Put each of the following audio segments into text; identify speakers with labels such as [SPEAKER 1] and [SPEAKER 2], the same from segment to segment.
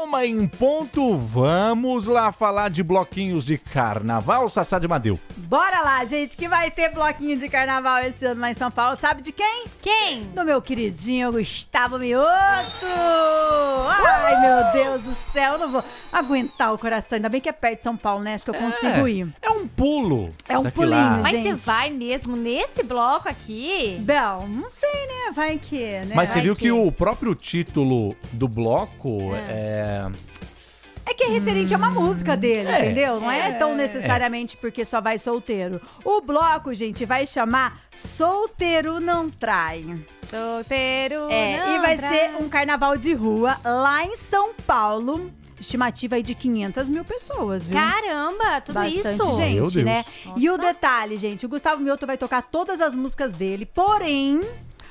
[SPEAKER 1] Uma em ponto, vamos lá falar de bloquinhos de carnaval, Sassá de Madeu.
[SPEAKER 2] Bora lá, gente, que vai ter bloquinho de carnaval esse ano lá em São Paulo. Sabe de quem?
[SPEAKER 3] Quem?
[SPEAKER 2] Do meu queridinho Gustavo Mioto! Ai,
[SPEAKER 1] Uh!
[SPEAKER 2] meu Deus do céu, eu não vou aguentar o coração. Ainda bem que é perto de São Paulo, né? Acho que eu consigo ir.
[SPEAKER 1] É um pulo.
[SPEAKER 2] É um
[SPEAKER 1] daqui
[SPEAKER 2] pulinho.
[SPEAKER 3] Mas você
[SPEAKER 2] Gente.
[SPEAKER 3] vai mesmo nesse bloco aqui?
[SPEAKER 2] Bel, não sei, né? Vai que, né?
[SPEAKER 1] Mas você
[SPEAKER 3] Vai
[SPEAKER 1] viu que
[SPEAKER 3] que-
[SPEAKER 1] o próprio título do bloco é.
[SPEAKER 2] É que é referente a uma música dele,
[SPEAKER 1] é.
[SPEAKER 2] entendeu? Não é, tão necessariamente porque só vai solteiro. O bloco, gente, vai chamar Solteiro Não Trai.
[SPEAKER 3] Solteiro.
[SPEAKER 2] É,
[SPEAKER 3] não
[SPEAKER 2] e vai
[SPEAKER 3] trai.
[SPEAKER 2] ser um carnaval de rua lá em São Paulo. Estimativa aí de 500 mil pessoas, viu?
[SPEAKER 3] Caramba, tudo
[SPEAKER 2] Bastante
[SPEAKER 3] isso.
[SPEAKER 2] gente,
[SPEAKER 1] Meu Deus.
[SPEAKER 2] né? E o
[SPEAKER 3] Nossa.
[SPEAKER 2] detalhe, gente, o Gustavo Mioto vai tocar todas as músicas dele, porém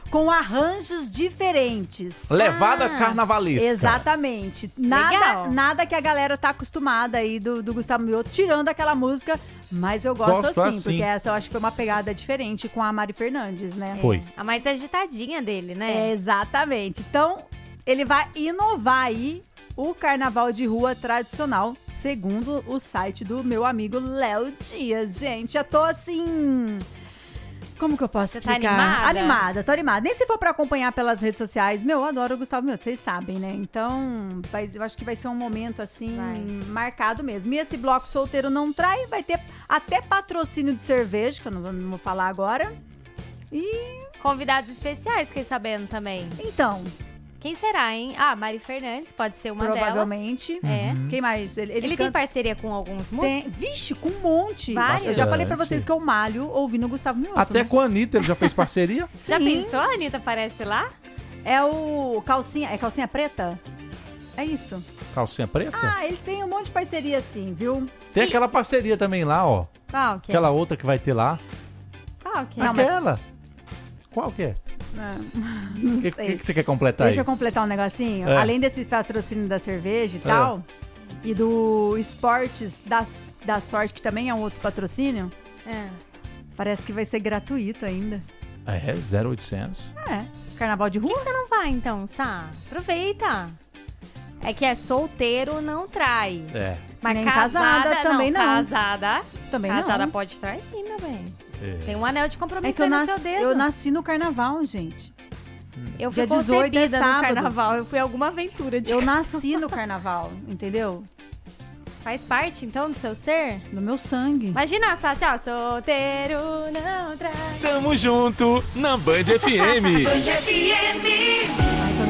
[SPEAKER 2] com arranjos diferentes.
[SPEAKER 1] Levada carnavalesca.
[SPEAKER 2] Ah, Exatamente. Nada,
[SPEAKER 3] Legal.
[SPEAKER 2] nada que a galera tá acostumada aí do, do Gustavo Mioto, tirando aquela música, mas eu gosto,
[SPEAKER 1] Gosto
[SPEAKER 2] assim,
[SPEAKER 1] assim.
[SPEAKER 2] porque essa eu acho que foi uma pegada diferente com a Mari Fernandes, né?
[SPEAKER 1] Foi.
[SPEAKER 3] A mais agitadinha dele,
[SPEAKER 2] É,
[SPEAKER 3] né?
[SPEAKER 2] exatamente. Então, ele vai inovar aí o carnaval de rua tradicional, segundo o site do meu amigo Léo Dias. Gente, eu tô assim. Como que eu posso
[SPEAKER 3] Você tá
[SPEAKER 2] explicar?
[SPEAKER 3] animada?
[SPEAKER 2] animada, tô animada. Nem se for pra acompanhar pelas redes sociais. Meu, eu adoro o Gustavo Mioto, vocês sabem, né? Então, vai- eu acho que vai ser um momento, assim,
[SPEAKER 3] Vai.
[SPEAKER 2] marcado mesmo. E esse bloco solteiro não trai, vai ter até patrocínio de cerveja, que eu não vou- não vou falar agora. E,
[SPEAKER 3] Convidados especiais, fiquei sabendo também.
[SPEAKER 2] então,
[SPEAKER 3] Quem será, hein? Ah, Mari Fernandes pode ser uma delas.
[SPEAKER 2] Provavelmente.
[SPEAKER 1] Uhum.
[SPEAKER 3] É.
[SPEAKER 1] Hum.
[SPEAKER 2] Quem mais? Ele, ele
[SPEAKER 3] Ele tem
[SPEAKER 2] canta-
[SPEAKER 3] parceria com alguns
[SPEAKER 2] tem-
[SPEAKER 3] músicos?
[SPEAKER 2] Vixe, com um monte.
[SPEAKER 3] Vários.
[SPEAKER 2] Eu já falei pra
[SPEAKER 1] Bastante.
[SPEAKER 2] vocês que eu malho ouvindo o Gustavo Mioto.
[SPEAKER 1] Até
[SPEAKER 2] né?
[SPEAKER 1] com a Anitta ele já fez parceria.
[SPEAKER 3] Já
[SPEAKER 2] Sim.
[SPEAKER 3] pensou, a Anitta aparece lá?
[SPEAKER 2] É o calcinha... É calcinha preta? É isso.
[SPEAKER 1] Calcinha preta.
[SPEAKER 2] Ah, ele tem um monte de parceria assim, viu?
[SPEAKER 1] Tem aquela parceria também lá, ó.
[SPEAKER 3] Qual que é?
[SPEAKER 1] Aquela outra que vai ter lá.
[SPEAKER 3] Qual que é?
[SPEAKER 2] Não, mas- Ah,
[SPEAKER 1] aquela. Qual que é?
[SPEAKER 2] Não
[SPEAKER 1] O que,
[SPEAKER 2] sei.
[SPEAKER 1] que, que você quer completar
[SPEAKER 2] Deixa eu
[SPEAKER 1] Tá aí?
[SPEAKER 2] completar um negocinho.
[SPEAKER 1] É.
[SPEAKER 2] Além desse patrocínio da cerveja e tal... E do Esportes da, da Sorte, que também é um outro patrocínio.
[SPEAKER 3] Ah.
[SPEAKER 2] Parece que vai ser gratuito ainda.
[SPEAKER 1] É, 0800.
[SPEAKER 2] É. Carnaval de
[SPEAKER 3] Por que
[SPEAKER 2] rua?
[SPEAKER 3] você não vai então, Sá? Aproveita. É que é solteiro, não trai.
[SPEAKER 1] É.
[SPEAKER 3] Mas
[SPEAKER 2] Nem
[SPEAKER 3] casada,
[SPEAKER 2] casada também não.
[SPEAKER 3] Casada.
[SPEAKER 2] Também
[SPEAKER 3] casada
[SPEAKER 2] não.
[SPEAKER 3] pode trair, meu bem.
[SPEAKER 1] é.
[SPEAKER 3] Tem um anel de
[SPEAKER 2] É
[SPEAKER 3] compromisso
[SPEAKER 2] que eu
[SPEAKER 3] aí no
[SPEAKER 2] nasci,
[SPEAKER 3] seu dedo.
[SPEAKER 2] eu nasci no carnaval, gente.
[SPEAKER 3] Eu
[SPEAKER 2] dia 18
[SPEAKER 3] fui
[SPEAKER 2] é
[SPEAKER 3] concebida no
[SPEAKER 2] sábado.
[SPEAKER 3] carnaval. Eu fui alguma aventura de
[SPEAKER 2] Eu nasci no carnaval, entendeu?
[SPEAKER 3] Faz parte, então, do seu ser?
[SPEAKER 2] No meu sangue.
[SPEAKER 3] Imagina, Sá, assim, ó, solteiro, não trai.
[SPEAKER 4] Tamo junto na Band FM.
[SPEAKER 2] Band